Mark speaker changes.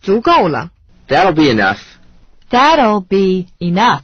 Speaker 1: 足够了。
Speaker 2: That'll be enough.
Speaker 3: That'll be enough.